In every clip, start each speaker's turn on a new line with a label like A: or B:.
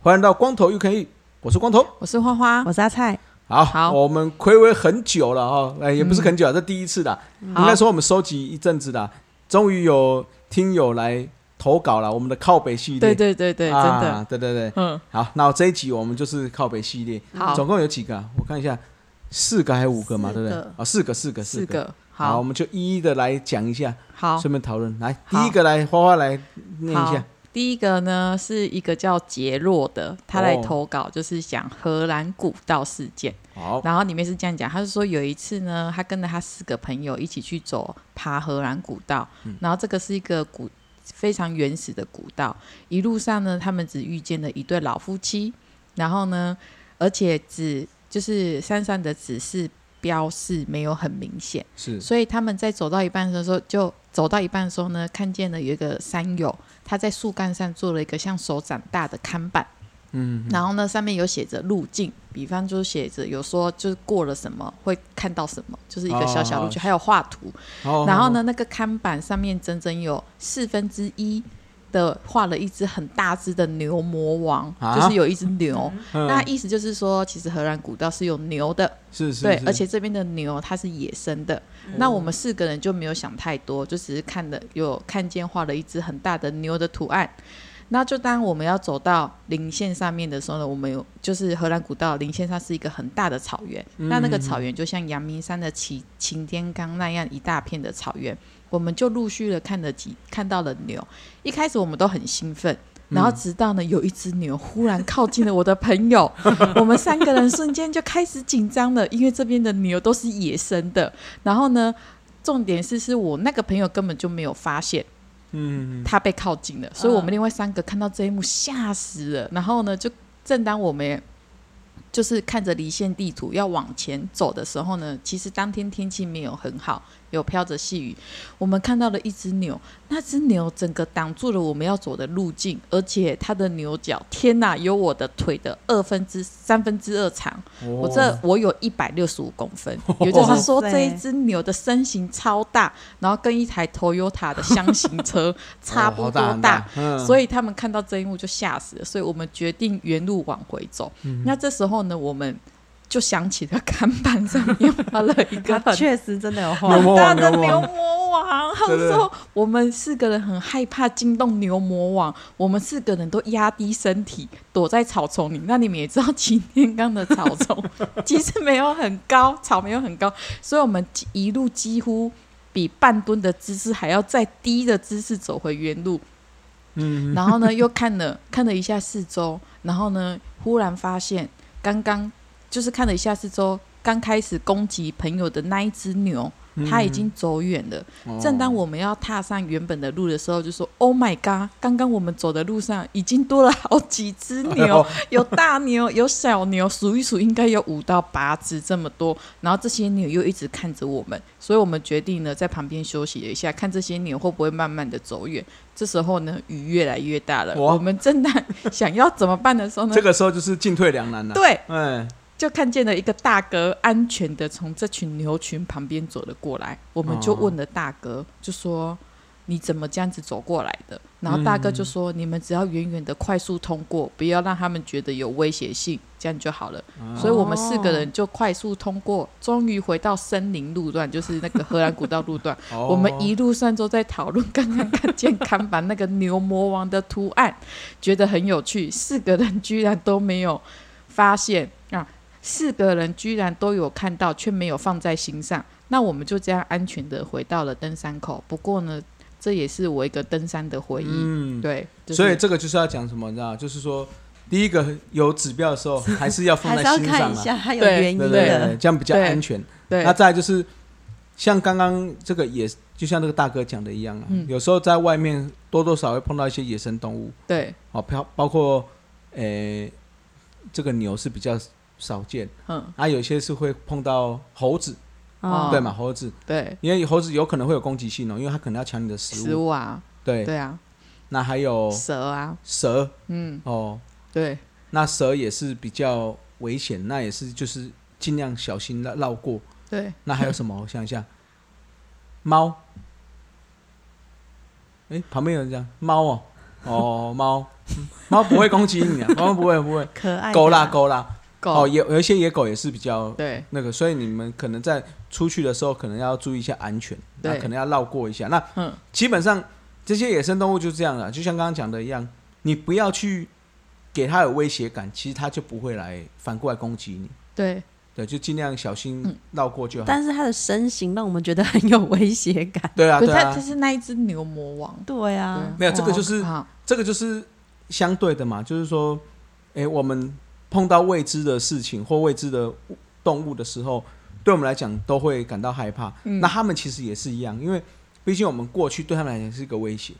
A: 欢迎到光头 UKE，我是光头。
B: 我是花花，
A: 哦
C: 我是阿菜，
A: 好，
B: 好嗯
A: 我们暌违很久了哈，哎，也不是很久啊，这第一次啦，应该说我们收集一阵子啦，终于有听友来投稿了，我们的靠北系列，
B: 对对对对，真的，
A: 啊，对对对，
B: 嗯，
A: 好，那这一集我们就是靠北系列，
B: 好
A: 总共有几个啊？我看一下，四个还是五个嘛？
C: 四
A: 对
C: 个
A: 不对？啊，四个，四个，
B: 四
A: 个。
B: 个，
A: 好，我
B: 好
A: 们就一一的来讲一下，
B: 好
A: 顺便讨论。来，第
B: 好
A: 一个来，花花来念一
B: 好
A: 下。。
B: 第一个呢是一个叫杰洛的，他来投稿就是讲荷兰古道事件，
A: 好，
B: 然后里面是这样讲，他是说有一次呢，他跟着他四个朋友一起去走爬荷兰古道，
A: 嗯
B: 然后这个是一个古非常原始的古道，一路上呢，他们只遇见了一对老夫妻，然后呢，而且只就是山上的指示标示没有很明显。
A: 是
B: 所以他们在走到一半的时候，就走到一半的时候呢，看见了有一个山友，他在树干上做了一个像手掌大的看板，
A: 嗯，
B: 然后呢上面有写着路径，比方就写着有说就是过了什么会看到什么，就是一个小小路
A: 哦
B: 径，还有画图。
A: 好
B: 然后？呢，那个看板上面整整有四分之一的画了一只很大只的牛魔王，
A: 啊
B: 就是有一只牛。
A: 嗯
B: 那意思就是说，其实荷兰古道是有牛的。
A: 是是，
B: 对
A: 是，
B: 而且这边的牛它是野生的，那我们四个人就没有想太多，就只是看的有看见画了一只很大的牛的图案。那就当我们要走到林线上面的时候呢，我们有就是荷兰古道林线上是一个很大的草原，那那个草原就像阳明山的擎擎天岗那样一大片的草原，我们就陆续的看了几看到了牛。一开始我们都很兴奋，然后直到呢有一只牛忽然靠近了我的朋友，我们三个人瞬间就开始紧张了，因为这边的牛都是野生的。然后呢，重点是是我那个朋友根本就没有发现
A: 嗯，
B: 他被靠近了，所以我们另外三个看到这一幕吓死了。然后呢，就正当我们。就是看着离线地图要往前走的时候呢，其实当天天气没有很好，有飘着细雨。我们看到了一只牛，那只牛整个挡住了我们要走的路径，而且它的牛角，天哪，有我的腿的二分之三分之二长。我
A: 我
B: 这我有一百六十五公分，也就是说这一只牛的身形超大，然后跟一台 Toyota 的箱型 车差不多
A: 哦大，嗯
B: 所以他们看到这一幕就吓死了，所以我们决定原路往回走。
A: 嗯
B: 那这时候呢，我们就想起了看板上面画了一个很
C: 确实真的有画
A: 牛魔
B: 大
A: 王，
B: 的
A: 牛魔
B: 牛
A: 王，
B: 魔王。他们
A: 对对
B: 说我们四个人很害怕惊动牛魔王，我们四个人都压低身体躲在草丛里。那你们也知道擎天岗的草丛 其实没有很高，草没有很高，所以我们一路几乎比半蹲的姿势还要再低的姿势走回原路。
A: 嗯，
B: 然后呢，又看了看了一下四周，然后呢，忽然发现刚刚就是看了一下四周，刚开始攻击朋友的那一只牛，
A: 嗯
B: 它已经走远了。
A: 哦
B: 正当我们要踏上原本的路的时候，就说：“Oh my god！刚刚我们走的路上已经多了好几只
A: 哦
B: 牛，有大牛，有小牛，数一数应该有五到八只这么多。然后这些牛又一直看着我们，所以我们决定呢在旁边休息了一下，看这些牛会不会慢慢的走远。这时候呢，雨越来越大了，
A: 哇
B: 我们正当想要怎么办的时候呢，
A: 这个时候就是进退两难了。，
B: 对，
A: 哎，
B: 就看见了一个大哥安全的从这群牛群旁边走了过来，我们就问了大哥，就说你怎么这样子走过来的？然后大哥就说、你们只要远远的快速通过，不要让他们觉得有威胁性，这样就好了。
A: 啊哦
B: 所以我们四个人就快速通过，终于回到森林路段，就是那个荷兰古道路段。
A: 哦
B: 我们一路上都在讨论刚刚看见看板那个牛魔王的图案，觉得很有趣。四个人居然都没有发现啊，四个人居然都有看到，却没有放在心上。那我们就这样安全的回到了登山口。不过呢，这也是我一个登山的回忆。
A: 嗯，
B: 对，就是、
A: 所以这个就是要讲什么，你知道吗，就是说，第一个有指标的时候，还是要放
C: 还
A: 在
C: 是要
A: 心上
C: 看一
A: 啊，
C: 下，它有
B: 对
C: 原因
A: 对对对，
C: 的
A: 对，这样比较
B: 对
A: 安全。
B: 对
A: 那再来就是，像刚刚这个也就像那个大哥讲的一样啊，
B: 嗯
A: 有时候在外面多多少少会碰到一些野生动物，
B: 对，
A: 哦，包包括诶、这个牛是比较少见，
B: 嗯，
A: 啊，有些是会碰到猴子，
B: 哦
A: 对嘛？猴子，
B: 对，
A: 因为猴子有可能会有攻击性哦，因为它可能要抢你的
B: 食
A: 食物。
B: 物啊，
A: 对，哦
B: 对啊，
A: 那还有
B: 蛇啊，
A: 蛇
B: 嗯，
A: 哦，
B: 对，
A: 那蛇也是比较危险，那也是就是尽量小心绕绕过。
B: 对，
A: 那还有什么？ 我想一下，猫。哎、旁边有人讲猫哦，哦，猫， 嗯猫不会攻击你啊，猫不会不会。
C: 可爱的
A: 狗啦狗啦，
B: 狗，
A: 哦，也有一些野狗也是比较
B: 对，
A: 那个，所以你们可能在出去的时候，可能要注意一下安全，
B: 对
A: 那可能要绕过一下。那
B: 嗯，
A: 基本上这些野生动物就是这样了，就像刚刚讲的一样，你不要去给它有威胁感，其实它就不会来反过来攻击你。
B: 对，
A: 对，就尽量小心
B: 嗯
A: 绕过就好。
C: 但是它的身形让我们觉得很有威胁 感。
A: 对啊，
B: 可是
A: 对
B: 它
A: 啊
B: 它，是那一只牛魔王，
C: 对啊
B: 对，
A: 没有这个就
C: 哇
A: 是
B: 啊，
A: 这个就是相对的嘛，就是说，诶，我们碰到未知的事情或未知的物动物的时候，对我们来讲都会感到害怕。
B: 嗯
A: 那他们其实也是一样，因为毕竟我们过去对他们来讲是一个威胁，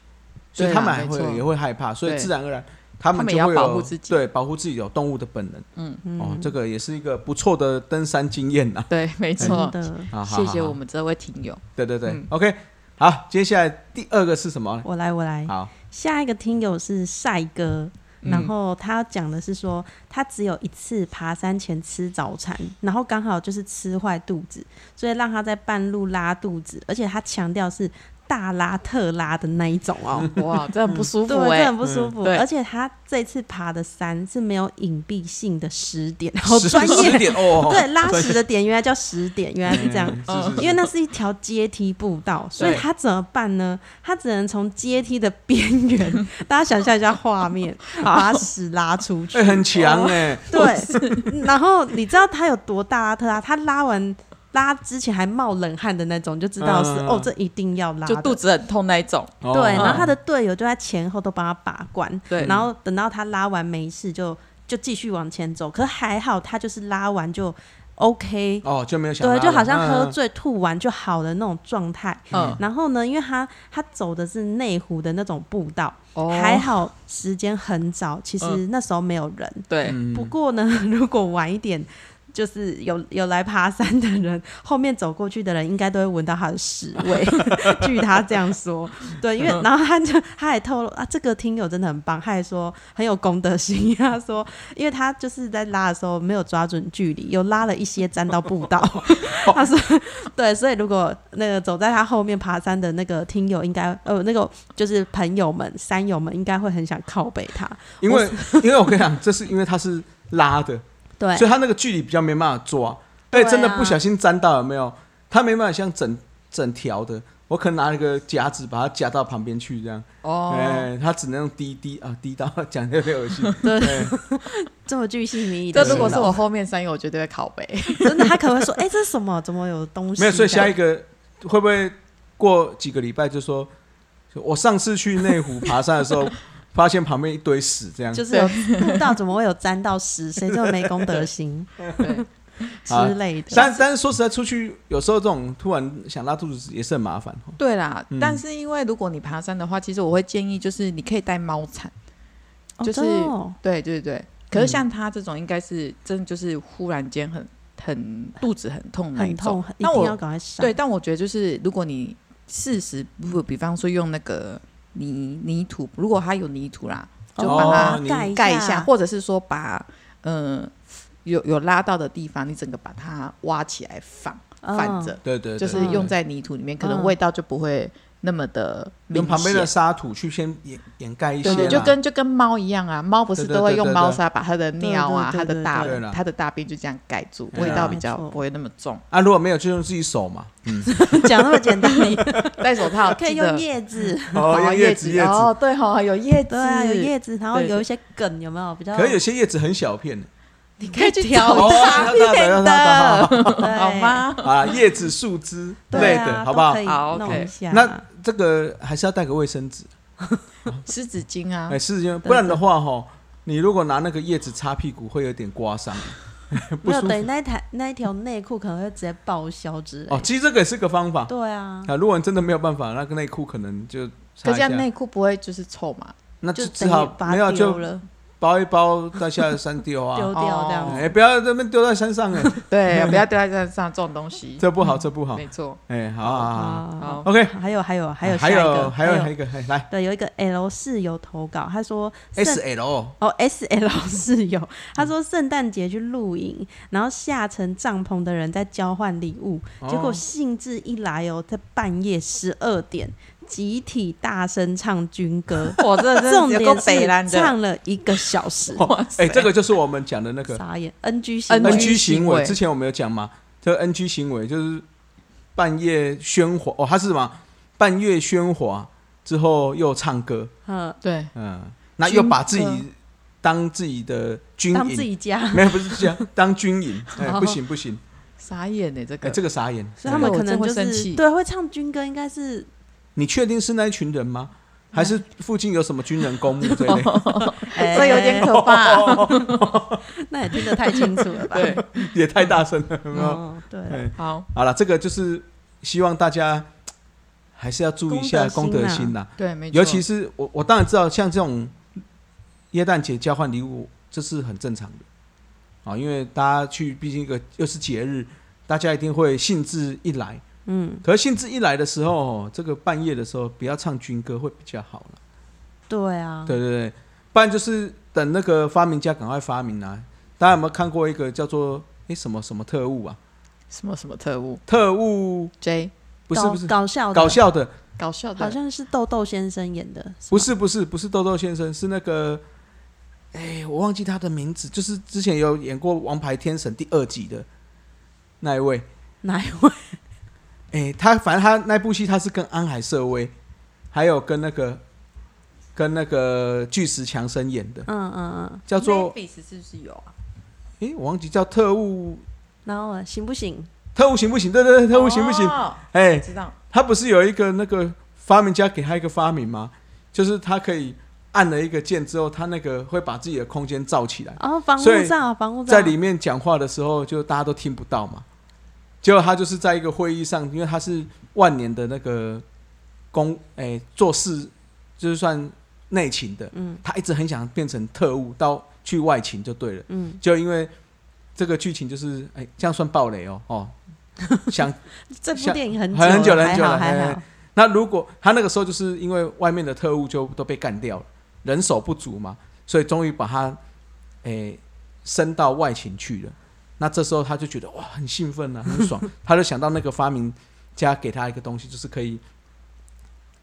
A: 所以
B: 对啊
A: 他们还
B: 没
A: 会、
B: 错
A: 也会害怕，所以
B: 对
A: 自然而然他们
B: 他们
A: 就
B: 也要
A: 会有
B: 保护自己
A: 对保护自己有动物的本能。
B: 嗯，
A: 哦
C: 嗯，
A: 这个也是一个不错的登山经验呐、
B: 对，没
C: 真
B: 错，
C: 的，
A: 啊。好
B: 谢谢
A: 好好
B: 我们这位听友，
A: 对对对、
B: 嗯
A: o k 好，接下来第二个是什么？
C: 我来我来。
A: 好，
C: 下一个听友是帅哥，
B: 嗯
C: 然后他讲的是说，他只有一次爬山前吃早餐，然后刚好就是吃坏肚子，所以让他在半路拉肚子，而且他强调是大拉特拉的那一种哦。
B: 哇，这很不
A: 欸
B: 舒服
C: 对，这
B: 哎
C: 很，不舒服。
B: 嗯对
C: 而且他这次爬的山是没有隐蔽性的十 点，好专
A: 十
C: 业。
A: 点哦，
C: 对，拉
A: 专业
C: 屎的点原来叫十点，原来是这样。哦
A: 嗯是是是
C: 因为那是一条阶梯步道，所以他怎么办呢？他只能从阶梯的边缘， 大家想象一下画面，把屎拉出 去。哦
A: 哎、很强哎、
C: 对，然后你知道他有多大拉特拉？他拉完拉之前还冒冷汗的那种，就知道是、
A: 嗯
C: 哦，这一定要拉的。
B: 就肚子很痛那一种，
A: 哦
C: 对，然后他
A: 的
C: 的队友就在前后都帮他把关，
B: 对
C: 然后等到他拉完没事就就继续往前走。可是还好他就是拉完就 OK，
A: 哦就没有想
C: 对，
A: 拉
C: 就
A: 了
C: 好像喝
A: 嗯
C: 醉吐完就好的那种状态。
B: 嗯，
C: 然后呢，因为他他走的是内湖的那种步道，
B: 哦，
C: 还好时间很早，其实
B: 嗯
C: 那时候没有人。
B: 对，
A: 嗯
C: 不过呢， 如果晚一点，就是有有来爬山的人，后面走过去的人应该都会闻到他的屎味。 据他这样说，对，因为
B: 嗯
C: 然后他就他还透露啊，这个听友真的很棒，他还说很有公德心。他说，因为他就是在拉的时候没有抓准距离，又拉了一些沾到 步道。他说，对，所以如果那个走在他后面爬山的那个听友，应该呃那个就是朋友们、山友们，应该会很想靠北他。
A: 因为因为我跟你讲，这是因为他是拉的，
C: 对
A: 所以他那个距离比较没办法抓。哎，
C: 对啊
A: 真的不小心沾到有没有？他没办法像整整条的，我可能拿了个夹子把它夹到旁边去这样。
B: 哦，
A: 哎，他只能用滴滴啊滴到，讲的有点恶心。
C: 对
A: 哎
C: 这么巨细靡遗的
B: 这
C: 形容。
B: 如果是我后面三友，我绝对会拷贝，
C: 真的，他可能会说：“哎、这是什么？怎么有东西？”
A: 没有，所以下一
C: 个
A: 个会不会过几个礼拜就说，我上次去内湖爬山的时候，发现旁边一堆屎这样。
C: 就是有不知道怎么会有沾到屎，谁这么没公 德心
B: 对，
C: 之
A: 啊
C: 类的。
B: 哦
A: 但但是说实在，出去有时候这种突然想拉肚子也是很麻烦哦。
B: 对啦
A: 嗯，
B: 但是因为如果你爬山的话，其实我会建议就是你可以带猫铲，
C: 哦
B: 就是
C: 真的哦
B: 对对对。嗯可是像他这种，应该是真的就是忽然间很很肚子很痛那一
C: 很
B: 种
C: 痛，一
B: 那
C: 定要
B: 我
C: 赶快上。
B: 对，但我觉得就是如果你适时，不比方说用那个泥泥土，如果它有泥土啦，
C: 哦，
B: 就把它
A: 哦
C: 盖
B: 盖一下，或者是说把嗯。有有拉到的地方，你整个把它挖起来放放着，
A: 对对对，
B: 就是
A: 对
B: 用在泥土里面，可能
C: 嗯
B: 味道就不会那么的明
A: 用
B: 显。
A: 旁边的沙土去先掩掩盖一些
B: 对
A: 啦，
B: 对，就跟就跟猫一样啊，猫不是都
A: 对对
B: 会
A: 对
B: 用
A: 对
B: 猫砂把它的尿啊、
C: 对
B: 它
C: 对对
B: 的大
A: 对对对啦
B: 它的大便就这样盖住，
A: 对啊
B: 味道比较
C: 没错
B: 不会那么重。
A: 啊，如果没有就用自己手嘛，嗯，
C: 讲那么简单，
B: 戴手套
C: 可以
B: 记得
C: 用叶 子，
A: 哦，用叶子叶子，
B: 哦，对哦，有叶子，
C: 对啊，有叶子，然后
B: 对对
C: 有一些梗，有没有比较？
A: 可是有些叶子很小片 的，
C: 你
B: 可以去
C: 挑
B: 找
A: 哦
B: 大
A: 要
B: 片
A: 大要
B: 的，
C: 对
B: 好？吗？
A: 啊，叶子树枝
C: 对
A: 类
C: 啊，
A: 的，好
C: 都
A: 不好
C: 可？以啊
B: 好
C: 弄
B: ，OK
C: 一下
A: 那这个还是要带个卫生纸，
B: 湿纸巾啊
A: 哎，，是因为不然的话哈，你如果拿那个叶子擦屁股会有点刮 伤，不
C: 没有
A: 舒
C: 对
A: 服。
C: 那一台那一条内裤可能会直接报销之类的
A: 哦，。其实这个也是个方法
C: 对啊，
A: 啊，如果你真的没有办法，那个内裤可能就
B: 可
A: 擦一
B: 这样
A: 下，
B: 内裤不会就是臭嘛？
A: 那
C: 就
A: 就只
C: 等于
A: 好
C: 把
A: 没有
C: 它
A: 就
C: 丢了。
A: 包一包带下山丢啊，
C: 丢掉这样
B: 哦
A: 哎、不要这么丢在山 上哎、
B: 对，不要丢在身上这种 东西，
A: 这不好，这不好，
B: 没错。
A: 哎、好好好好
C: 啊
B: 好，
A: ，OK，
C: 还有还有还有
A: 啊还
C: 下一个，
A: 有还有还有一个，嘿来
C: 对，有一个 L 室友投稿，他说圣
A: S L，
C: 哦 S L 室友，他说圣诞节去露营，然后下层帐篷的人在交换礼物，结
A: 哦
C: 果兴致一来哦，在半夜十二点集体大声唱军歌
B: 我这
C: 重
B: 真的
C: 点
B: 够北兰
C: 是
B: 的，
C: 唱了一个小时，
B: 哇
A: 哎、
B: 塞
A: 这个就是我们讲的那个
C: 傻眼，NG 行
B: NG
C: 为，
A: 行
B: 行为
A: 之前我们有讲嘛，这 NG 行为就是半夜喧哗，哦，他是什么？半夜喧哗之后又唱歌，
C: 嗯，
B: 对，
A: 嗯，那
B: 军
A: 又把自
B: 歌
A: 己当自己的军
C: 当自
A: 营，
C: 己家，
A: 没有不是这样，当军营，哎、不行不行，
B: 傻眼欸呢，这
A: 哎、
B: 个
A: 这个傻眼。哎
C: 所以他们
B: 对
C: 可能
B: 我
C: 就
B: 真会生
C: 是
B: 气
C: 对会唱军歌，应该是
A: 你确定是那一群人吗？还是附近有什么军人公墓这一 类？
B: 这有点 可怕，
C: 哎那也听得太清楚了吧？
B: 对，
A: 也太大声了。有没有
C: 哦，对了，
A: 哎
B: 好，
A: 好了，这个就是希望大家还是要注意一下
C: 公
A: 公
C: 德心
A: 德
C: 啊
A: 心呐。
B: 对，没错，
A: 尤其是我，我当然知道，像这种耶诞节交换礼物，这是很正常的啊、因为大家去，毕竟一个又是节日，大家一定会兴致一来。
C: 嗯，
A: 可是兴致一来的时候，哦这个半夜的时候，不要唱军歌会比较好了。
C: 对啊，
A: 对对对，不然就是等那个发明家赶快发明啊！大家有没有看过一个叫做“诶什么什么特务”啊？
B: 什么什么特务
A: 特务
B: J
A: 不是
C: 搞
A: 不是
C: 搞笑的
A: 搞，笑的，
B: 搞笑
C: 好
B: 的，
C: 像是豆豆先生演的，
A: 不
C: 吗
A: 是不是不是豆豆先生，是那个，哎、我忘记他的名字，就是之前有演过《王牌天神》第二集的那一位。
C: 哪一位？
A: 哎、他反正他那部戏他是跟安海瑟薇，还有跟那个跟那个巨石强森演的，
C: 嗯嗯嗯，
A: 叫做
B: Mavis 是不是有啊？
A: 哎、我忘记叫特务
C: 然后啊行不行？
A: 特务行不行？对对对，特务行不行？
B: 哦
A: 哎、
B: 知道，
A: 他不是有一个那个发明家给他一个发明吗？就是他可以按了一个键之后，他那个会把自己的空间罩起来。
C: 哦，防
A: 所以
C: 护罩，防护罩
A: 在里面讲话的时候，就大家都听不到嘛。结果他就是在一个会议上，因为他是万年的那个公诶、做事，就是算内勤的，
C: 嗯
A: 他一直很想变成特务，到去外勤就对了。
C: 嗯，
A: 就因为这个剧情就是诶、这样算暴雷哦哦。想
C: 这部电影很
A: 很很久了
C: 还
A: 很久
C: 好
A: 了
C: 还
A: 哎
C: 好，
A: 那如果他那个时候就是因为外面的特务就都被干掉了，人手不足嘛，所以终于把他诶、升到外勤去了。那这时候他就觉得哇很兴奋啊，很爽，他就想到那个发明家给他一个东西，就是可以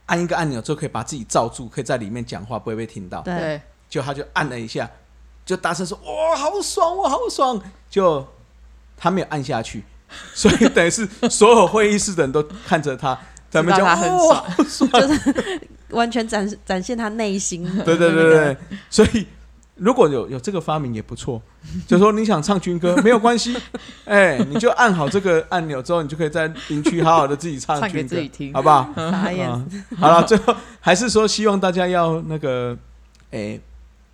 A: 按一个按钮就可以把自己罩住，可以在里面讲话不会被听到。
C: 对，
B: 对，
A: 就他就按了一下，就大声说哇好爽，我好爽，就他没有按下去，所以等于是所有会议室的人都看着 他。咱们
B: 知
A: 讲
B: 道他很
A: 哇
B: 爽，
C: 完全展展现他内心。
A: 对对对对，所以如果有有这个发明也不错，就说你想唱军歌没有关 系，哎、你就按好这个按钮之后，你就可以在营区好好的自己唱
B: 唱给
A: 军歌，
B: 自己听
A: 好不 好？
C: 傻眼，
A: 嗯好了，最后还是说希望大家要那个，哎、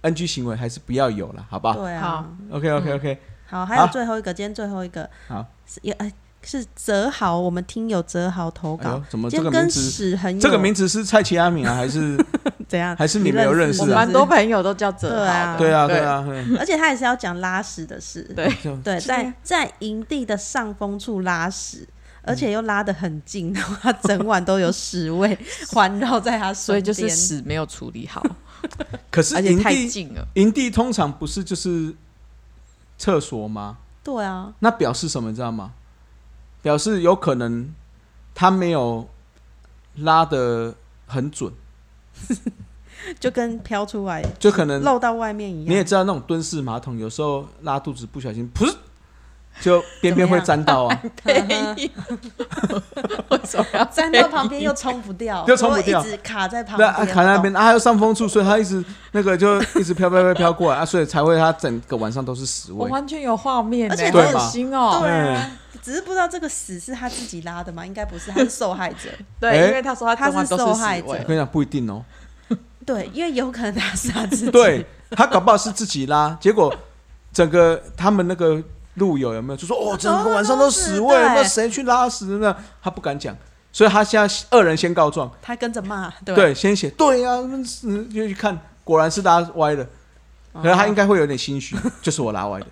A: n g 行为还是不要有了，好吧
C: 对
B: 好
C: 啊，
A: ？OK OK OK，
C: 好，还有
A: 好
C: 最后一个，今天最后一个，
A: 好
C: 是也哎是泽豪，我们听友泽豪投
A: 哎
C: 稿
A: 呦，，怎么
C: 今
A: 这个
C: 天
A: 名
C: 跟
A: 字？
C: 屎很有
A: 这个名字是蔡奇阿敏啊，还是
C: 怎样？
A: 还是你没有认识
B: 我
A: 啊
B: 蛮多朋友都叫泽
C: 对啊
B: 豪的，
A: 对啊对啊，嗯
C: 而且他也是要讲拉屎的事，
B: 对
A: 就
C: 对，在在营地的上风处拉屎，而
A: 嗯
C: 且又拉得很近，然后他整晚都有 屎味环绕在他身
B: 所以
C: 边，
B: 就是屎没有处理好，
A: 可是
B: 而且
A: 营
B: 太
A: 地
B: 近 了，
A: 营地通常不是就是厕所吗？
C: 对啊，
A: 那表示什么？你知道吗？表示有可能他没有拉的很准，
C: 就跟飘出来
A: 就可能
C: 漏到外面一
A: 嗯你也
C: 样。
A: 知道那种蹲式马桶，有时候拉肚子不小心，噗，就边边会沾到啊。
B: 为什么要
C: 粘到旁边又冲不掉，
A: 又冲不掉
C: 然后一直卡在旁
A: 对
C: 边，
A: 啊，卡那边，啊，还有上风处，所以他一直那个就一直飘飘飘飘过来啊，所以才会他整个晚上都是屎
B: 我
C: 啊
A: 味。
B: 完全有画面欸，
C: 而且
B: 好
A: 对
B: 恶
A: 嘛
B: 心
C: 动。
B: 哦。
C: 对啊，只是不知道这个屎是他自己拉的吗？应该不是，他是受害 者。
A: 哎
B: 对，因为他说他
C: 他
B: 整晚
C: 是
B: 都
C: 受
B: 是
C: 害
B: 屎味
A: 我跟你讲，不一定哦。
C: 对，因为有可能他是他自己。
A: 对他搞不好是自己拉，结果整个他们那个路友有没有就说哦，整个晚上都屎味，
C: 对
A: 那谁去拉屎的呢？他不敢讲，所以他现在二人先告状，
C: 他跟着骂，对吧
A: 对，先写对呀、那屎就去看，果然是拉歪了，可是
C: 哦
A: 他应该会有点心虚，就是我拉歪的，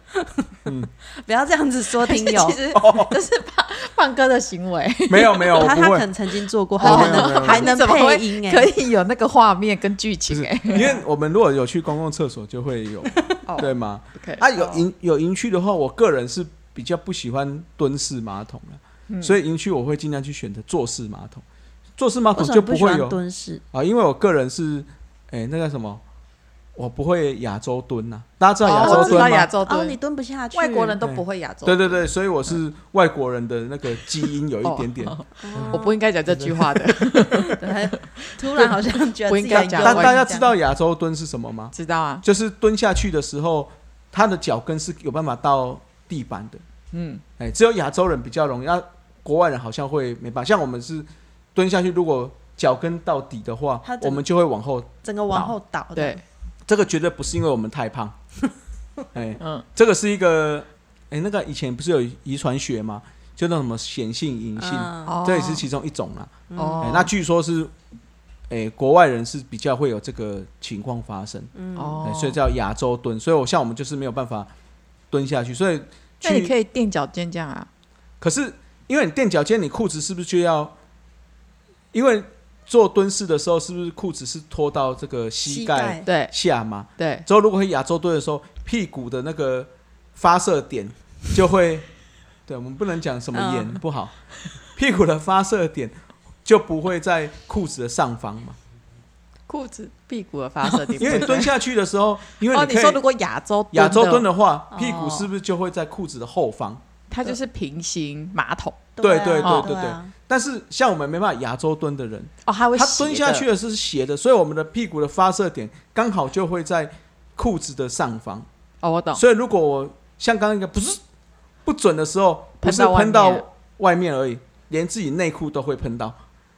C: 不要这样 子说听友
B: 其，实这是胖胖哥的行 为，
A: 没有没有，我
C: 他
A: 不
C: 他可
A: 会，
C: 能曾经做过，
A: 哦
C: 还
A: 没有没有
C: 能还能
B: 怎么会
C: 配音哎，
B: 可以有那个画面跟剧
A: 就
B: 情
A: 是
B: 哎、
A: 因为我们如果有去公共厕所就会有，
B: 哦
A: 对吗？
B: OK，
A: 啊，有营有营区的话，我个人是比较不喜欢蹲式马桶的，
B: 嗯
A: 所以营区我会尽量去选择坐式马桶。坐式马
C: 为
A: 桶
C: 什
A: 哦就
C: 么不
A: 不
C: 喜
A: 会
C: 欢
A: 有
C: 蹲式？
A: 啊，因为我个人是，哎、那个什么，我不会亚洲蹲呐、大家知道亚
B: 哦我
A: 洲
B: 知道
A: 蹲吗？
B: 亚洲
C: 哦，你
B: 蹲，
C: 蹲不下去，
B: 外国人都不会啊亚洲
A: 对
B: 蹲，
A: 对对，所以我是
B: 嗯
A: 外国人的那个基因有一点点，
C: 哦
B: 哦我不应该讲这句话 的，
C: 对突然好像
B: 哦
C: 觉得
B: 不
C: 自
B: 应
C: 己
B: 该
C: 很
B: 讲
C: 有
A: 但
C: 问
B: 我
C: 题
A: 大家知道
C: 这样
A: 亚洲蹲是什么吗？
B: 知道啊？
A: 就是蹲下去的时候，他的脚跟是有办法到地板的。
B: 嗯，
A: 哎、只有亚洲人比较容易，那、国外人好像会没办法。像我们是蹲下去，如果脚跟到底的话
C: 他，整
A: 我们就会往后。
C: 整个往后倒，
B: 对，，
A: 这个绝对不是因为我们太胖， 哎、
B: 嗯，
A: 这个是一个，哎、那个以前不是有遗传学吗？就那什么显性、隐性，
C: 嗯，
B: 哦
A: 这也是其中一种啦。哎、
B: 哦，
A: 那据说是，哎、国外人是比较会有这个情况发生，
B: 哦
C: 嗯
A: 哎，所以叫亚洲蹲。所以我像我们就是没有办法蹲下去，所以
B: 那你
A: 去
B: 可以垫脚尖这样啊？
A: 可是因为你垫脚尖，你裤子是不是就要？因为做蹲式的时候，是不是裤子是拖到这个膝
C: 膝
A: 盖
C: 盖
B: 对
A: 下嘛？
B: 对，
A: 之后如果会亚洲蹲的时候，屁股的那个发射点就会，对我们不能讲什么眼
C: 嗯
A: 不好，屁股的发射点就不会在裤子的上方嘛？
B: 裤子屁股的发射点，
A: 因为你蹲下去的时候，因为
B: 哦，
A: 你
B: 你
A: 可
B: 说如
A: 以
B: 果亚洲
A: 亚洲蹲
B: 的，
A: 的话，
C: 哦
A: 屁股是不是就会在裤子的后方？
B: 它就是平行马桶
A: 对
C: 啊
A: 对
B: 对
A: 对
C: 啊
A: 但是像我们没办法亚洲蹲的人。
B: 哦，它会
A: 它
B: 斜
A: 蹲下
B: 的
A: 去的是斜的，所以我们的屁股的发射点刚好就会在裤子的上方。
B: 哦，我懂，
A: 所以如果我像刚刚一个不是不准的时候，不是
B: 喷到外
A: 喷到
B: 面
A: 外面而已，连自己内裤都会喷到。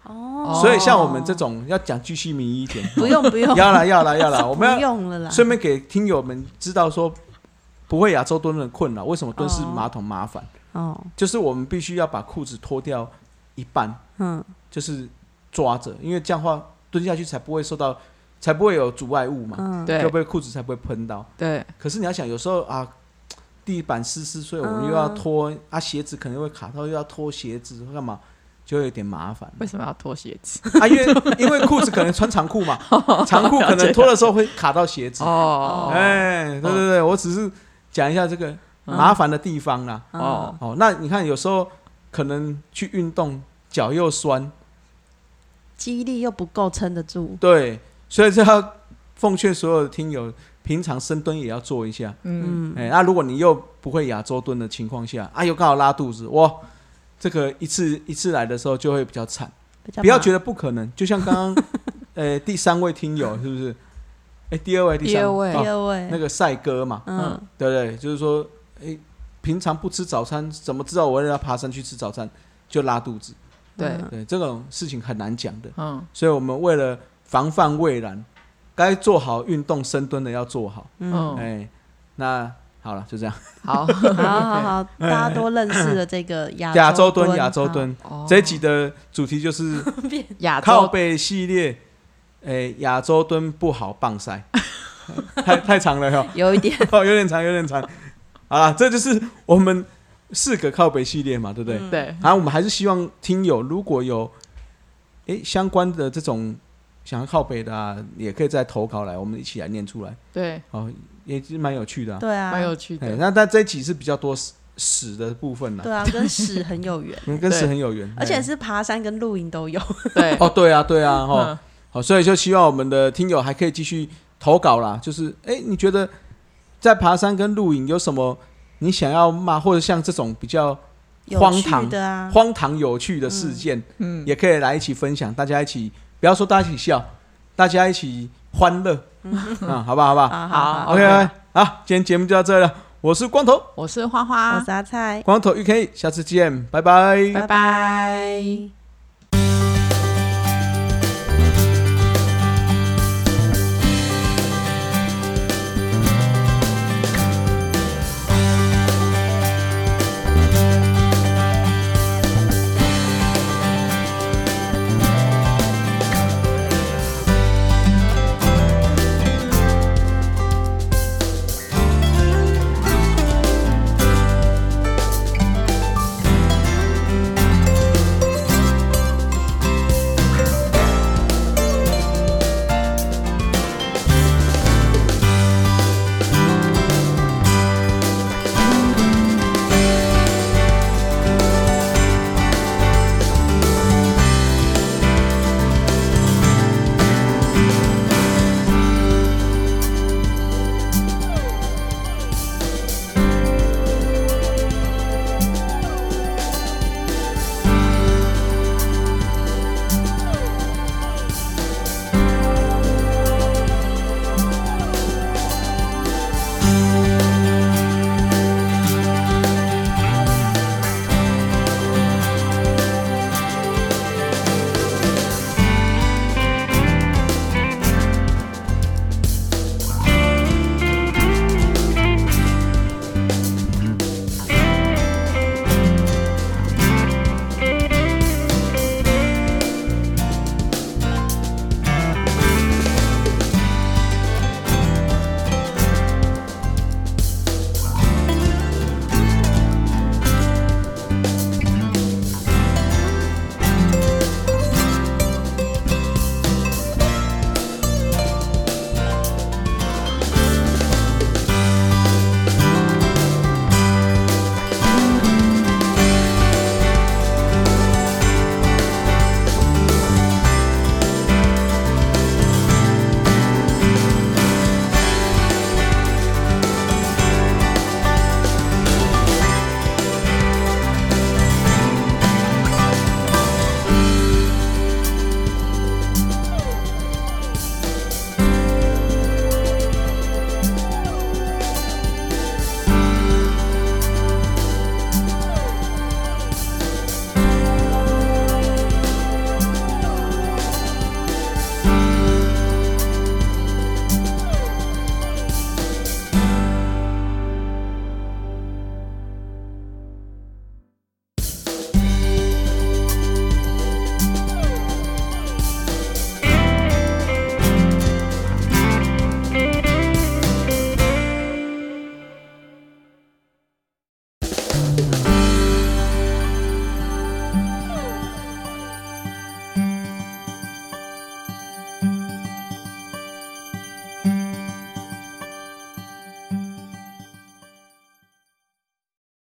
C: 哦，
A: 所以像我们这种要讲居细民一点，
C: 不用不用，
A: 要啦要啦要 啦，我
C: 不
A: 们要
C: 用了啦，
A: 顺便给听友们知道说，不会亚洲蹲的困扰，为什么蹲式马桶麻烦？
C: 哦，
A: 就是我们必须要把裤子脱掉一半，
C: 嗯，
A: 就是抓着，因为这样的话蹲下去才不会受到，才不会有阻碍物嘛，
C: 嗯，
A: 就
B: 哦对
A: 被裤子才不会喷到。
B: 对，
A: 可是你要想，有时候啊，地板湿湿，所以我
B: 嗯
A: 们又要脱、啊，鞋子可能会卡到，又要脱鞋子干嘛，就会有点麻烦
B: 为什么要脱鞋子？
A: 啊，因为因为裤子可能穿长裤 嘛，长裤可能脱的时候会卡到鞋子。
B: 哦，嗯
A: 哎、对对对，我只是讲一下这个麻烦的地方啦。
B: 哦，
A: 哦，那你看有时候可能去运动，脚又酸，
C: 肌力又不够撑得住，
A: 对，所以这要奉劝所有的听友，平常深蹲也要做一下。
B: 嗯，
A: 哎、那、如果你又不会亚洲蹲的情况下，啊，又刚好拉肚子，哇，这个一次一次来的时候就会比较惨。
C: 比较
A: 不要觉
C: 得
A: 得不可能，就像刚刚， 呃，第三位听友是不是？哎、第二位，第
B: 第
A: 三
B: 二位
C: 第
A: 哦
C: 二位，
A: 那个帅哥嘛，
C: 嗯，
A: 对不对？就是说，哎、平常不吃早餐，怎么知道我为了爬山去吃早餐就拉肚子？
B: 对，
A: 对，这种事情很难讲的。
B: 嗯，
A: 所以我们为了防范未然，该做好运动深蹲的要做好。哎、
B: 嗯，
A: 那好了，就这样。
B: 好，
C: 好好好， 大家都认识了这个亚
A: 哎亚洲
C: 蹲，
A: 蹲，亚洲
C: 好，
A: 蹲，
B: 哦
A: 这一集的主题就是
B: 亚
A: 靠
B: 洲
A: 背系列。诶，亚洲蹲不好棒塞，太太长了哟，
C: 有一点，
A: 哦，有点长，有点长。好了，这就是我们四个靠背系列嘛，对不对？
C: 嗯
B: 对，
A: 然后我们还是希望听友如果有诶相关的这种想要靠背的啊，也可以再投稿来，我们一起来念出来。
B: 对，
A: 哦，也是蛮有趣的、啊。
C: 对啊，
B: 蛮有趣
A: 诶
B: 的。
A: 那但这一集是比较多屎屎的部分啦
C: 对，啊，跟屎很有缘，
A: 嗯跟屎
B: 对
A: 很有缘，
C: 而且
A: 诶
C: 是爬山跟露营都有，
B: 对，
A: 哦，对啊，对啊，哈、
B: 嗯
A: 好，所以就希望我们的听友还可以继续投稿啦。就是，哎、你觉得在爬山跟露营有什么你想要骂，或者像这种比较
C: 有
A: 荒
C: 趣
A: 唐
C: 的啊，
A: 荒唐有趣的事件，
B: 嗯，
A: 也可以来一起分享，大家一起，不要说大家一起笑，大家一起欢乐，啊，好吧，好吧
C: 好
B: 好
A: ，OK，,
B: OK
A: 好，今天节目就到这了，我是光头，
B: 我是花
C: 我
B: 花
C: 是，阿菜，
A: 光头 UK，下次见，拜拜
B: 拜拜。
C: 拜